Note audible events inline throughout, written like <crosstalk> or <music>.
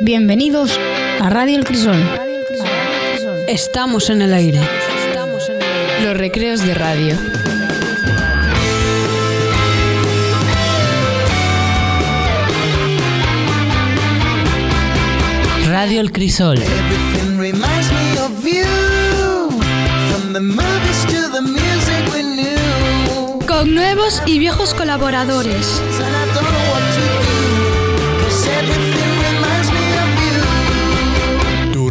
Bienvenidos a Radio El Crisol. Estamos en el aire. Los recreos de radio. Radio El Crisol. Everything reminds me of you. From the movies to the music we knew. Con nuevos y viejos colaboradores. And I don't know what to do. 'cause everything reminds me of you. Tu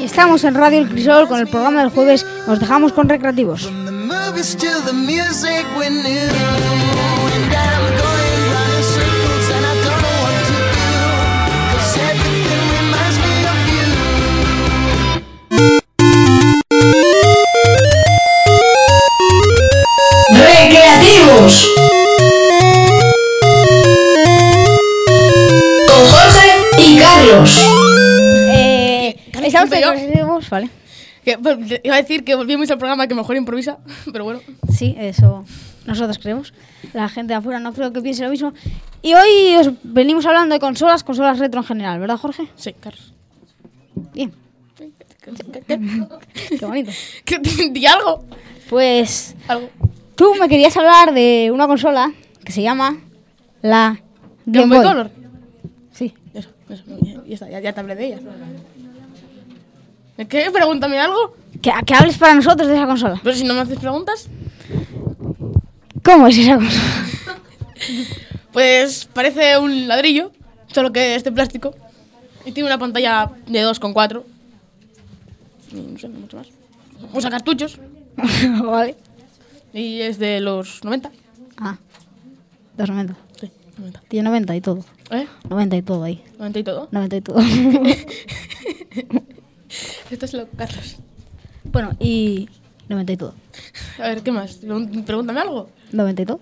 Y estamos en Radio El Crisol con el programa del jueves. Nos dejamos con recreativos. From the movies to the music we knew. And I'm going round in circles and I don't know what to do. 'Cause everything reminds me of you. Recreativos. Con Jorge y Carlos. Eh, estamos en yo. recreativos, vale. Que, pues, te iba a decir que volvimos al programa que mejor improvisa, <laughs> pero bueno. Sí, eso nosotros creemos. La gente de afuera no creo que piense lo mismo. Y hoy os venimos hablando de consolas, consolas retro en general, ¿verdad, Jorge? Sí, <laughs> Carlos. Bien, ¿Qué? ¿Qué? qué bonito. ¿Qué? Di algo. Pues Algo. tú me querías hablar de una consola que se llama la Game, Game Boy Color. Sí. Eso, eso. Ya, ya está, ya, ya te hablé de ella. ¿Qué? Pregúntame algo. Que, que hables para nosotros de esa consola. Pero si no me haces preguntas, ¿Cómo es esa consola? <laughs> pues parece un ladrillo, solo que es de plástico. Y tiene una pantalla de 2,4. Y no sé, no mucho más. Usa cartuchos. vale. Y es de los 90. Ah, dos 90. Sí, 90. Tiene 90 y todo. ¿Eh? 90 y todo ahí. 90 y todo. 90 y todo. <laughs> Esto es lo Carlos. bueno, y 90 y todo. A ver, ¿qué más? Pregun- Pregúntame algo. 90 y todo.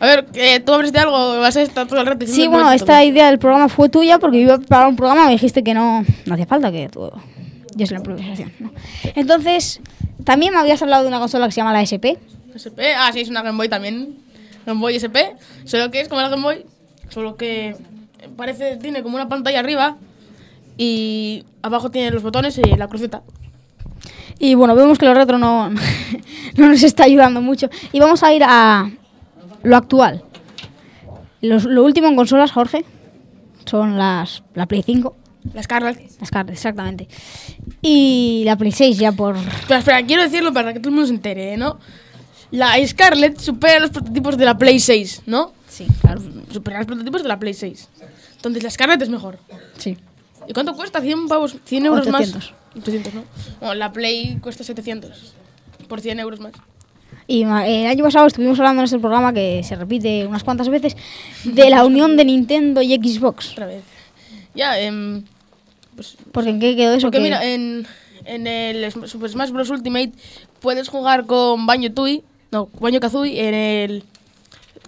A ver, que tú abres de algo, vas a estar todo el rato diciendo Sí, bueno, momento esta idea del programa fue tuya porque yo iba a preparar un programa y me dijiste que no, no hacía falta que tú. Yo es la improvisación. ¿no? Entonces, también me habías hablado de una consola que se llama la SP. todo. SP, ah, sí, es una Game Boy también. Game Boy SP, solo que es como la Game Boy, solo que parece, tiene como una pantalla arriba y abajo tiene los botones y la cruceta. Y bueno, vemos que lo retro no, <laughs> no nos está ayudando mucho. Y vamos a ir a lo actual. Los- lo último en consolas, Jorge, son las la Play 5. La Scarlett. Las cartas, exactamente. Y la Play 6 ya por... Pero espera, quiero decirlo para que todo el mundo se entere, ¿eh? ¿no? La Scarlett supera los prototipos de la Play 6, ¿no? Sí, claro. Supera los prototipos de la Play 6. Entonces la Scarlett es mejor. Sí. ¿Y cuánto cuesta? ¿100 pavos? ¿100 euros 800. más? 800, ¿no? Bueno, la Play cuesta 700. Por 100 euros más. Y ma- el año pasado estuvimos hablando en este programa que se repite unas cuantas veces de la unión de Nintendo y Xbox. Otra vez. Ya, em, Porque en qué quedó eso porque que mira, eh, en, en el Sm- Super Smash Bros. Ultimate puedes jugar con Banjo Tui, no, Banjo Kazooie, en el,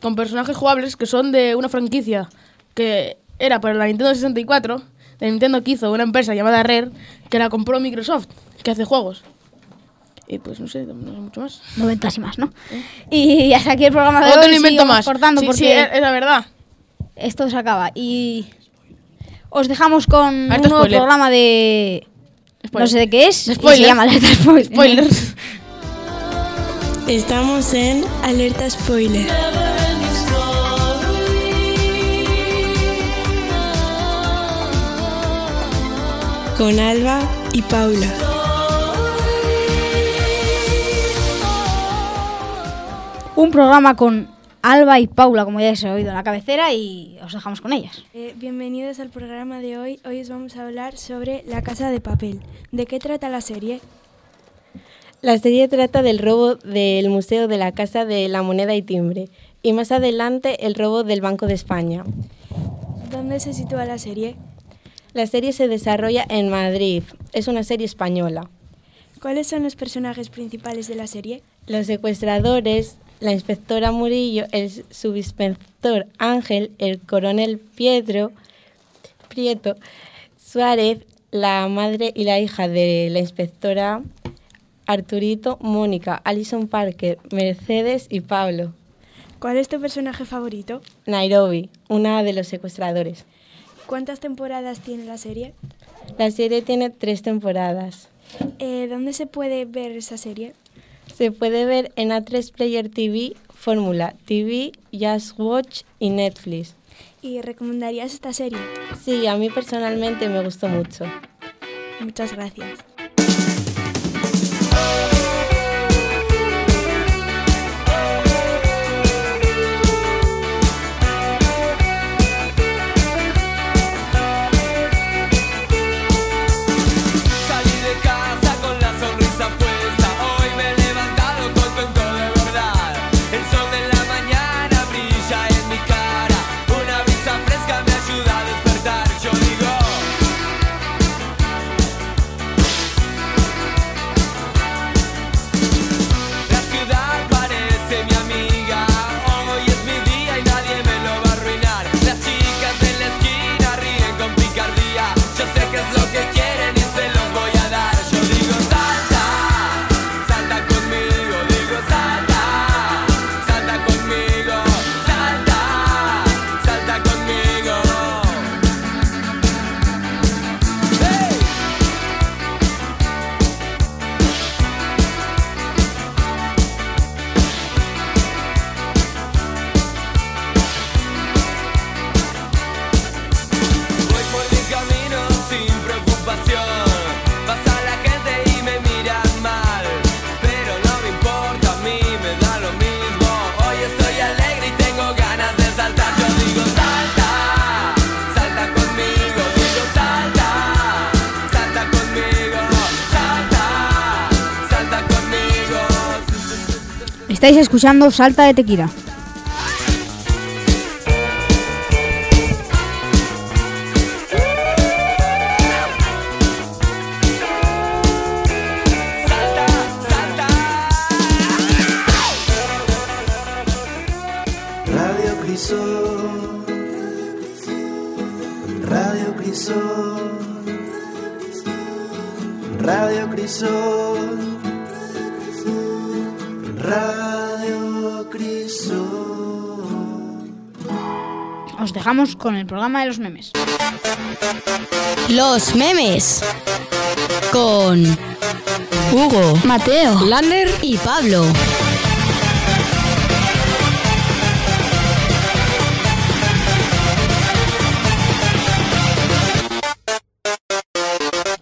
con personajes jugables que son de una franquicia que era para la Nintendo 64, de Nintendo que hizo una empresa llamada Rare, que la compró Microsoft, que hace juegos. Y pues no sé, no sé mucho más. 90 y más, ¿no? Y hasta aquí el programa de Otro hoy. invento Seguimos más. cortando Ah, sí, eh, porque sí, es es la <laughs> verdad. esto se acaba y os dejamos con un Harto nuevo spoiler. programa de no Spoiler. sé de qué es, y se Spoilers. llama Alerta Spoiler. Spoilers. Estamos en Alerta Spoiler. Con Alba y Paula. Un programa con Alba y Paula, como ya se ha oído en la cabecera, y os dejamos con ellas. Eh, bienvenidos al programa de hoy. Hoy os vamos a hablar sobre La Casa de Papel. ¿De qué trata la serie? La serie trata del robo del Museo de la Casa de la Moneda y Timbre y más adelante el robo del Banco de España. ¿Dónde se sitúa la serie? La serie se desarrolla en Madrid. Es una serie española. ¿Cuáles son los personajes principales de la serie? Los secuestradores, la inspectora Murillo, el subinspector Ángel, el coronel Pietro, Prieto Suárez, la madre y la hija de la inspectora Arturito, Mónica, Alison Parker, Mercedes y Pablo. ¿Cuál es tu personaje favorito? Nairobi, una de los secuestradores. ¿Cuántas temporadas tiene la serie? La serie tiene tres temporadas. Eh, ¿Dónde se puede ver esa serie? Se puede ver en A3 Player TV, Fórmula TV, Just Watch y Netflix. ¿Y recomendarías esta serie? Sí, a mí personalmente me gustó mucho. Muchas gracias. Salí de casa con la sonrisa puesta, hoy me he levantado contento de verdad. El sol de la mañana brilla en mi cara, una brisa fresca me ayuda a despertar. Yo digo, la ciudad parece mi amiga, hoy es mi día y nadie me lo va a arruinar. Las chicas de la esquina ríen con picardía, yo sé que es lo que quieren y se los voy a dar. Yo digo salta, salta conmigo, digo salta, salta conmigo, salta, salta conmigo. Voy por mi camino sin preocupación. Pasa la gente y me miran mal. Pero no me importa, a mí me da lo mismo. Hoy estoy alegre y tengo ganas de saltar. Yo digo salta, salta conmigo. Digo salta, salta conmigo. Salta, salta conmigo. Estáis escuchando Salta de Tequila. Salta, salta. Radio Crisol. Radio Crisol. Radio Crisol. Radio Crisol. Os dejamos con el programa de los memes. Los memes. Con Hugo, Mateo, Lander y Pablo. <laughs>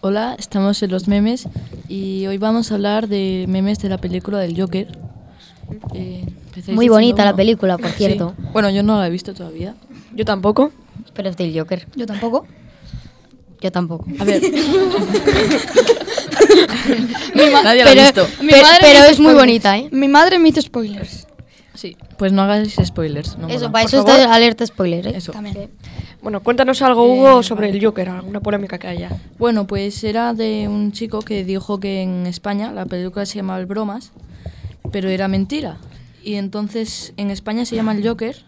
Hola, estamos en los memes y hoy vamos a hablar de memes de la película del Joker. Eh, empecéis Muy diciendo bonita la uno. película, por cierto. Sí. Bueno, yo no la he visto todavía. Yo tampoco. Pero es del Joker. Yo tampoco. Yo tampoco. A ver, Mi ma- nadie la pero ha visto. mi Pe- madre pero me hizo es muy spoilers. bonita, ¿eh? Mi madre me hizo spoilers. Sí, pues no hagáis spoilers. No eso, mola. para Por eso favor. está alerta spoiler, ¿eh? Eso. Bueno, cuéntanos algo, Hugo, sobre el Joker, alguna polémica que haya. Eh, Bueno, pues era de un chico que dijo que en España la película se llamaba El Bromas, pero era mentira. Y entonces en España se llama El Joker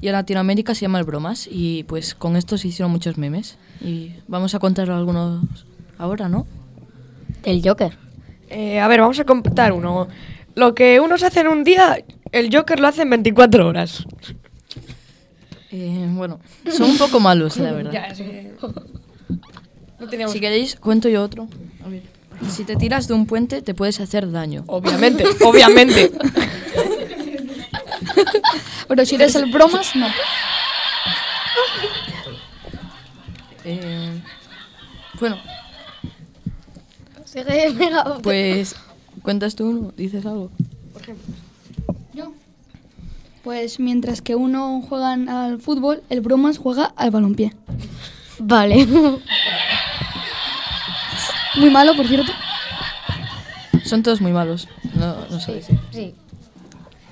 y en Latinoamérica se llama El Bromas. Y pues con esto se hicieron muchos memes. Y vamos a contar algunos ahora, ¿no? Del Joker. Eh, a ver, vamos a completar uno. Lo que unos hacen un día, el Joker lo hace en 24 horas. Eh, bueno, son un poco malos, <laughs> la verdad. No teníamos... Si queréis, cuento yo otro. A ver. Si te tiras de un puente, te puedes hacer daño. <laughs> Obviamente, obviamente. Pero si eres el bromas, no. Eh, bueno, pues cuentas tú uno, dices algo. Por ejemplo. Pues mientras que uno juega al fútbol, el bromas juega al balompié. Vale. <laughs> Muy malo, por cierto. Son todos muy malos. No, no sé decir.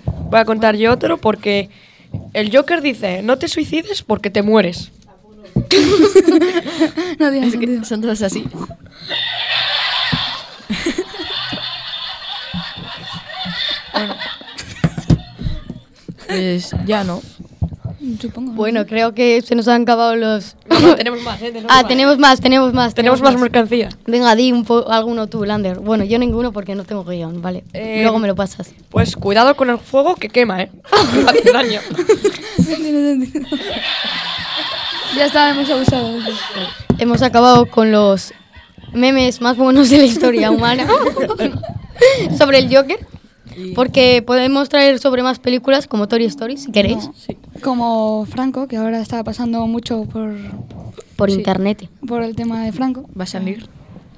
Voy a contar yo otro porque el Joker dice, no te suicides porque te <laughs> mueres. no tiene sentido. Son todos así. Pues ya no. Supongo. Bueno, creo que se nos han acabado los. tenemos más, ¿eh? ah, tenemos más, tenemos más. Tenemos más mercancía. Venga, di un po- alguno tú, Lander. Bueno, yo ninguno porque no tengo guión, vale. Eh, Luego me lo pasas. Pues cuidado con el fuego que quema, <laughs> ¿eh? Que hace daño. ya está, hemos abusado. Hemos acabado con los memes más buenos de la historia humana sobre el Joker. Porque podemos traer sobre más películas como Toy Story, si queréis. Como Franco, que ahora está pasando mucho por, Por Sí. internet. por el tema de Franco. Va a salir.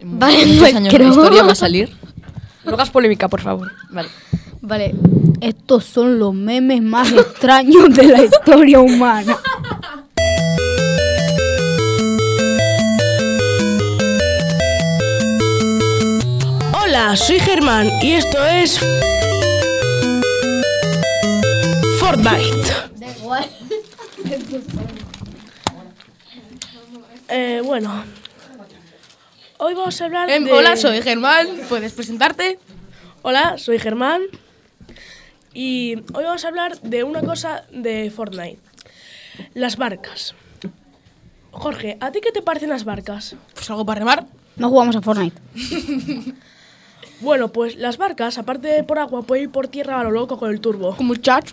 Vale, Muchos pues años creo. de historia va a salir. No hagas polémica, por favor. Vale. Vale. Estos son los memes más extraños de la historia humana. Hola, soy Germán y esto es. Fortnite. Eh, bueno. Hoy vamos a hablar Em, de... hola, soy Germán. ¿Puedes presentarte? Hola, soy Germán. Y hoy vamos a hablar de una cosa de Fortnite. Las barcas. Jorge, ¿a ti qué te parecen las barcas? Pues algo para remar. No jugamos a Fortnite. Bueno, pues las barcas, aparte de por agua, pueden ir por tierra a lo loco con el turbo. Como chat.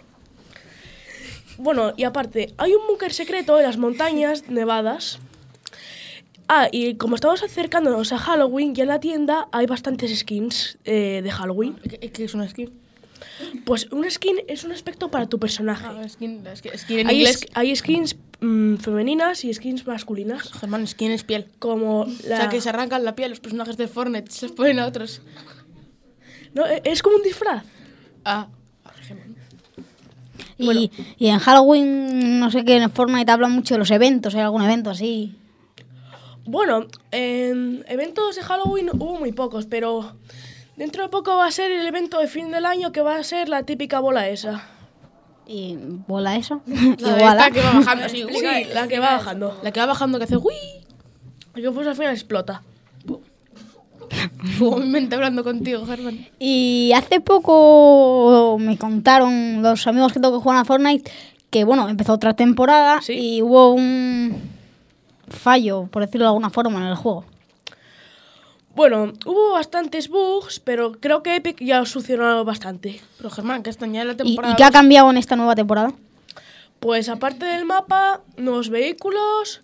Bueno, y aparte, hay un búnker secreto en las montañas nevadas. Ah, y como estamos acercándonos a Halloween, ya en la tienda hay bastantes skins eh, de Halloween. Ah, ¿Qué, qué es una skin? Pues una skin es un aspecto para tu personaje. Ah, skin, la skin- skin en hay, inglés. Ah, sk- hay skins mm, femeninas y skins masculinas. Germán, skin es piel. Como O sea, la- que se arrancan la piel los personajes de Fortnite, se ponen a otros. No, e- es como un disfraz. Ah, Y, y en Halloween, no sé qué, en Fortnite hablan mucho de los eventos. Hay algún evento así. Bueno, em, eventos de Halloween hubo muy pocos, pero dentro de poco va a ser el evento de fin del año que va a ser la típica bola esa. Y bola eso. <laughs> la de Igual. ¿eh? esta que va bajando así. Sí, uy, la que va bajando. La que va bajando que hace uy. Y que pues al final explota. Como <laughs> mi mente hablando contigo, Germán. Y hace poco me contaron los amigos que tengo que juegan a Fortnite que, bueno, empezó otra temporada y hubo un fallo, por decirlo de alguna forma, en el juego. Bueno, hubo bastantes bugs, pero creo que Epic ya ha solucionado bastante. Pero Germán, que esta ya la ¿Y, temporada. y qué ha cambiado en esta nueva temporada? <laughs> Pues aparte del mapa, nuevos vehículos,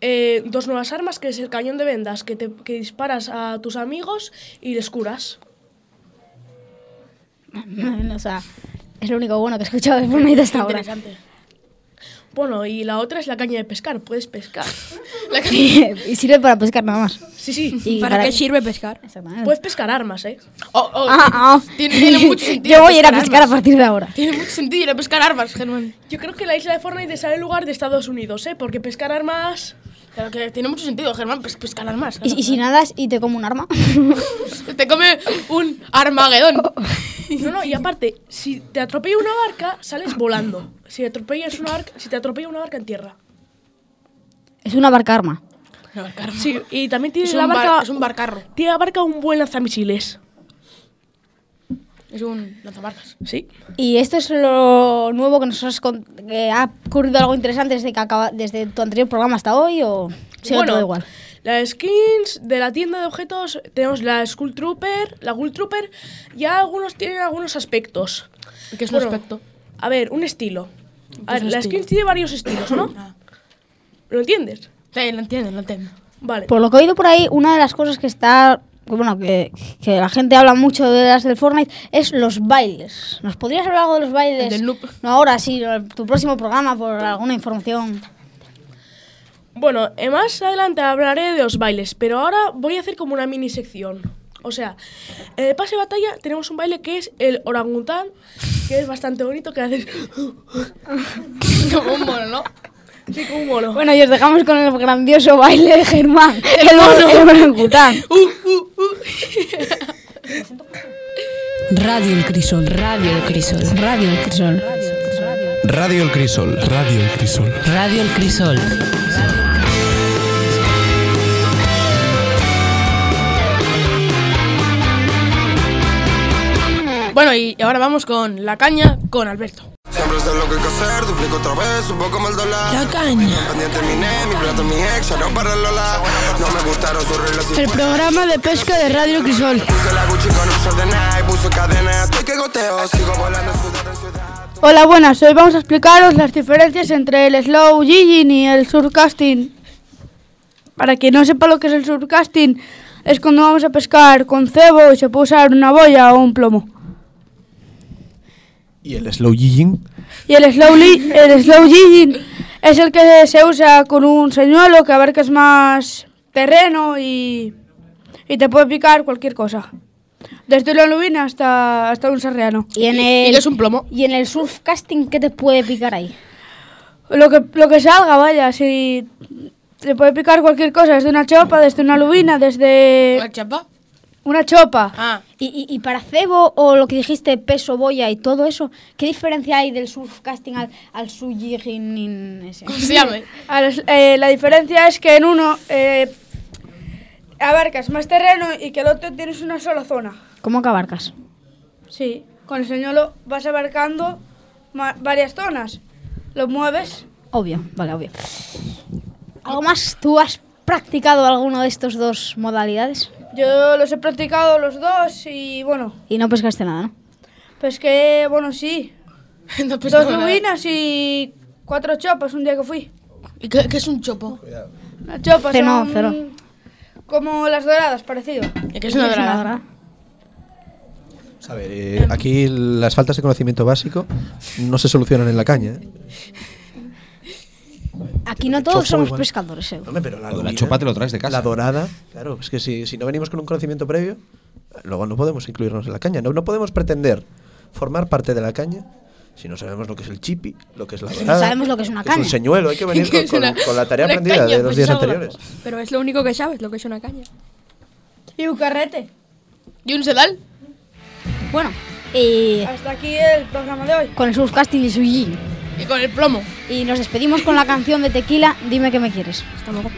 eh, dos nuevas armas, que es el cañón de vendas, que, te, que disparas a tus amigos y les curas. o sea, es lo único bueno que he escuchado de Fortnite hasta ahora. Interesante. Bueno, y la otra es la caña de pescar, <laughs> puedes pescar. La <laughs> ca- y sirve para pescar nada más. Sí, sí. ¿Y ¿Para para- qué sirve pescar? Exactamente. Puedes pescar armas, ¿eh? Oh, oh, Ah, ah. Tiene, <laughs> tiene mucho sentido. Yo voy a ir a pescar pescar a armas. partir de ahora. Tiene mucho sentido ir a pescar armas, Germán. Yo creo que la isla de Fortnite es el lugar de Estados Unidos, ¿eh? Porque pescar armas... Claro que tiene mucho sentido, Germán, pes- pescar armas. ¿Y, y si nadas y te como un arma? <laughs> <laughs> Te come un armagedón. No, no, y aparte, si te atropella una barca, sales volando. Si te atropellas una barca, si te atropella una barca en tierra. es una barca arma. Sí, y también tiene Es la un, bar- barca... es un barcarro. Tiene la barca un buen lanzamisiles. Es un lanzamarcas. Sí. Y esto es lo nuevo que nos has con- que ha ocurrido algo interesante desde que acaba desde tu anterior programa hasta hoy o sigue Bueno, todo igual. Las skins de la tienda de objetos tenemos la Skull Trooper, la Ghoul Trooper, ya algunos tienen algunos aspectos. ¿Qué es un Bueno, aspecto? A ver, un estilo. A es ver, un la estilo? skins tiene varios estilos, ¿no? Ah. ¿Lo entiendes? Sí, lo entiendo, lo entiendo. Vale. Por lo que he oído por ahí, una de las cosas que está que, bueno, que, que la gente habla mucho de las del Fortnite es los bailes. ¿Nos podrías hablar algo de los bailes? Del loop. No ahora, sino en tu próximo programa por alguna información. Bueno, eh, más adelante hablaré de los bailes, pero ahora voy a hacer como una mini sección. O sea, en el pase de batalla tenemos un baile que es el orangután que es bastante bonito, que haces... <laughs> Como un mono, ¿no? Sí, como un mono. Bueno, y os dejamos con el grandioso baile de <laughs> Germán, el mono el orangután. Radio El Crisol, Radio El Crisol, Radio El Crisol, Radio El Crisol. Radio El Crisol. Radio El Crisol. Bueno, y ahora vamos con la caña con Alberto. Siempre sé lo que hay que hacer, duplico otra vez, un poco el dólar. La caña. Pendiente mi ne, mi plato, mi ex, ya no para Lola. No me gustaron sus reglas y El programa de pesca de Radio El Crisol. Puse la Gucci con un short de Nike, puse cadena, estoy que goteo, sigo volando ciudad en ciudad. Hola, buenas. Hoy vamos a explicaros las diferencias entre el slow jigging y el surcasting. Para quien no sepa lo que es el surcasting, es cuando vamos a pescar con cebo y se puede usar una boya o un plomo. Y el slow jigging. Y el slow, li- el slow jigging es el que se usa con un señuelo que abarcas más terreno y, y te puede picar cualquier cosa. Desde una lubina hasta, hasta un sarriano. Y en el, plomo? Y en el surfcasting, ¿qué te puede picar ahí? Lo que, lo que salga, vaya, si te puede picar cualquier cosa, desde una chopa, desde una lubina, desde... ¿Una chapa? Una chopa. Y, y- y para cebo o lo que dijiste, peso, boya y todo eso, ¿qué diferencia hay del surfcasting al, al sujigin ese? <laughs> A los- eh, la diferencia es que en uno eh, abarcas más terreno y que el otro tienes una sola zona. ¿Cómo que abarcas? Sí, con el señuelo vas abarcando ma- varias zonas. Lo mueves. Obvio, vale, obvio. ¿Algo más? ¿Tú has practicado alguno de estos dos modalidades? Yo los he practicado los dos y bueno, Y no pescaste nada, ¿no? pues que, bueno, sí. pues Dos no, nada. lubinas y cuatro chopas un día que fui. ¿Y qué, qué es un chopo? Las chopas Cero, son cero. como las doradas, parecido. qué es una dorada? A ver, eh, aquí las faltas de conocimiento básico no se solucionan en la caña. ¿eh? Aquí no todos Chopo, somos igual. pescadores, seguro. Hombre, pero la, Lo de la lubina, chopa te lo traes de casa. La dorada, claro, es que si, si no venimos con un conocimiento previo, eh, luego no podemos incluirnos en la caña. No, no podemos pretender formar parte de la caña si no sabemos lo que es el chipi, lo que es la Si no dorada. sabemos lo que es una Es caña. un señuelo, hay que venir ¿Qué con, es una- con- con la tarea una aprendida caña? de los Pues días ahora. anteriores. Pero es lo único que sabes, lo que es una caña. Y un carrete. ¿Y un sedal? Bueno, y Hasta aquí el programa de hoy. con el surfcasting y sujigin. Y con el plomo. Y nos despedimos con la canción de Tequila, Dime que me quieres. Hasta luego.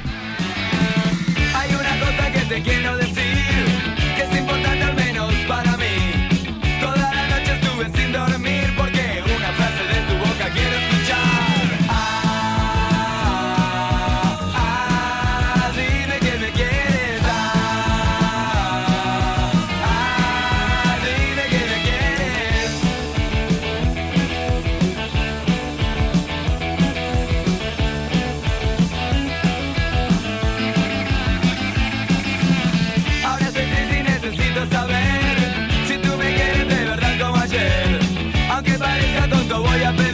Hay una cosa que te quiero decir, que es importante al menos para mí. Toda la noche estuve sin dormir porque una frase de tu boca quiero escuchar. Ah, ah, dime que me quieres. Ah, ah, dime que me quieres. Ahora soy triste y necesito saber si tú me quieres de verdad como ayer. Aunque parezca tonto voy a pedir Ah, Ah, ah, Ah, Ah,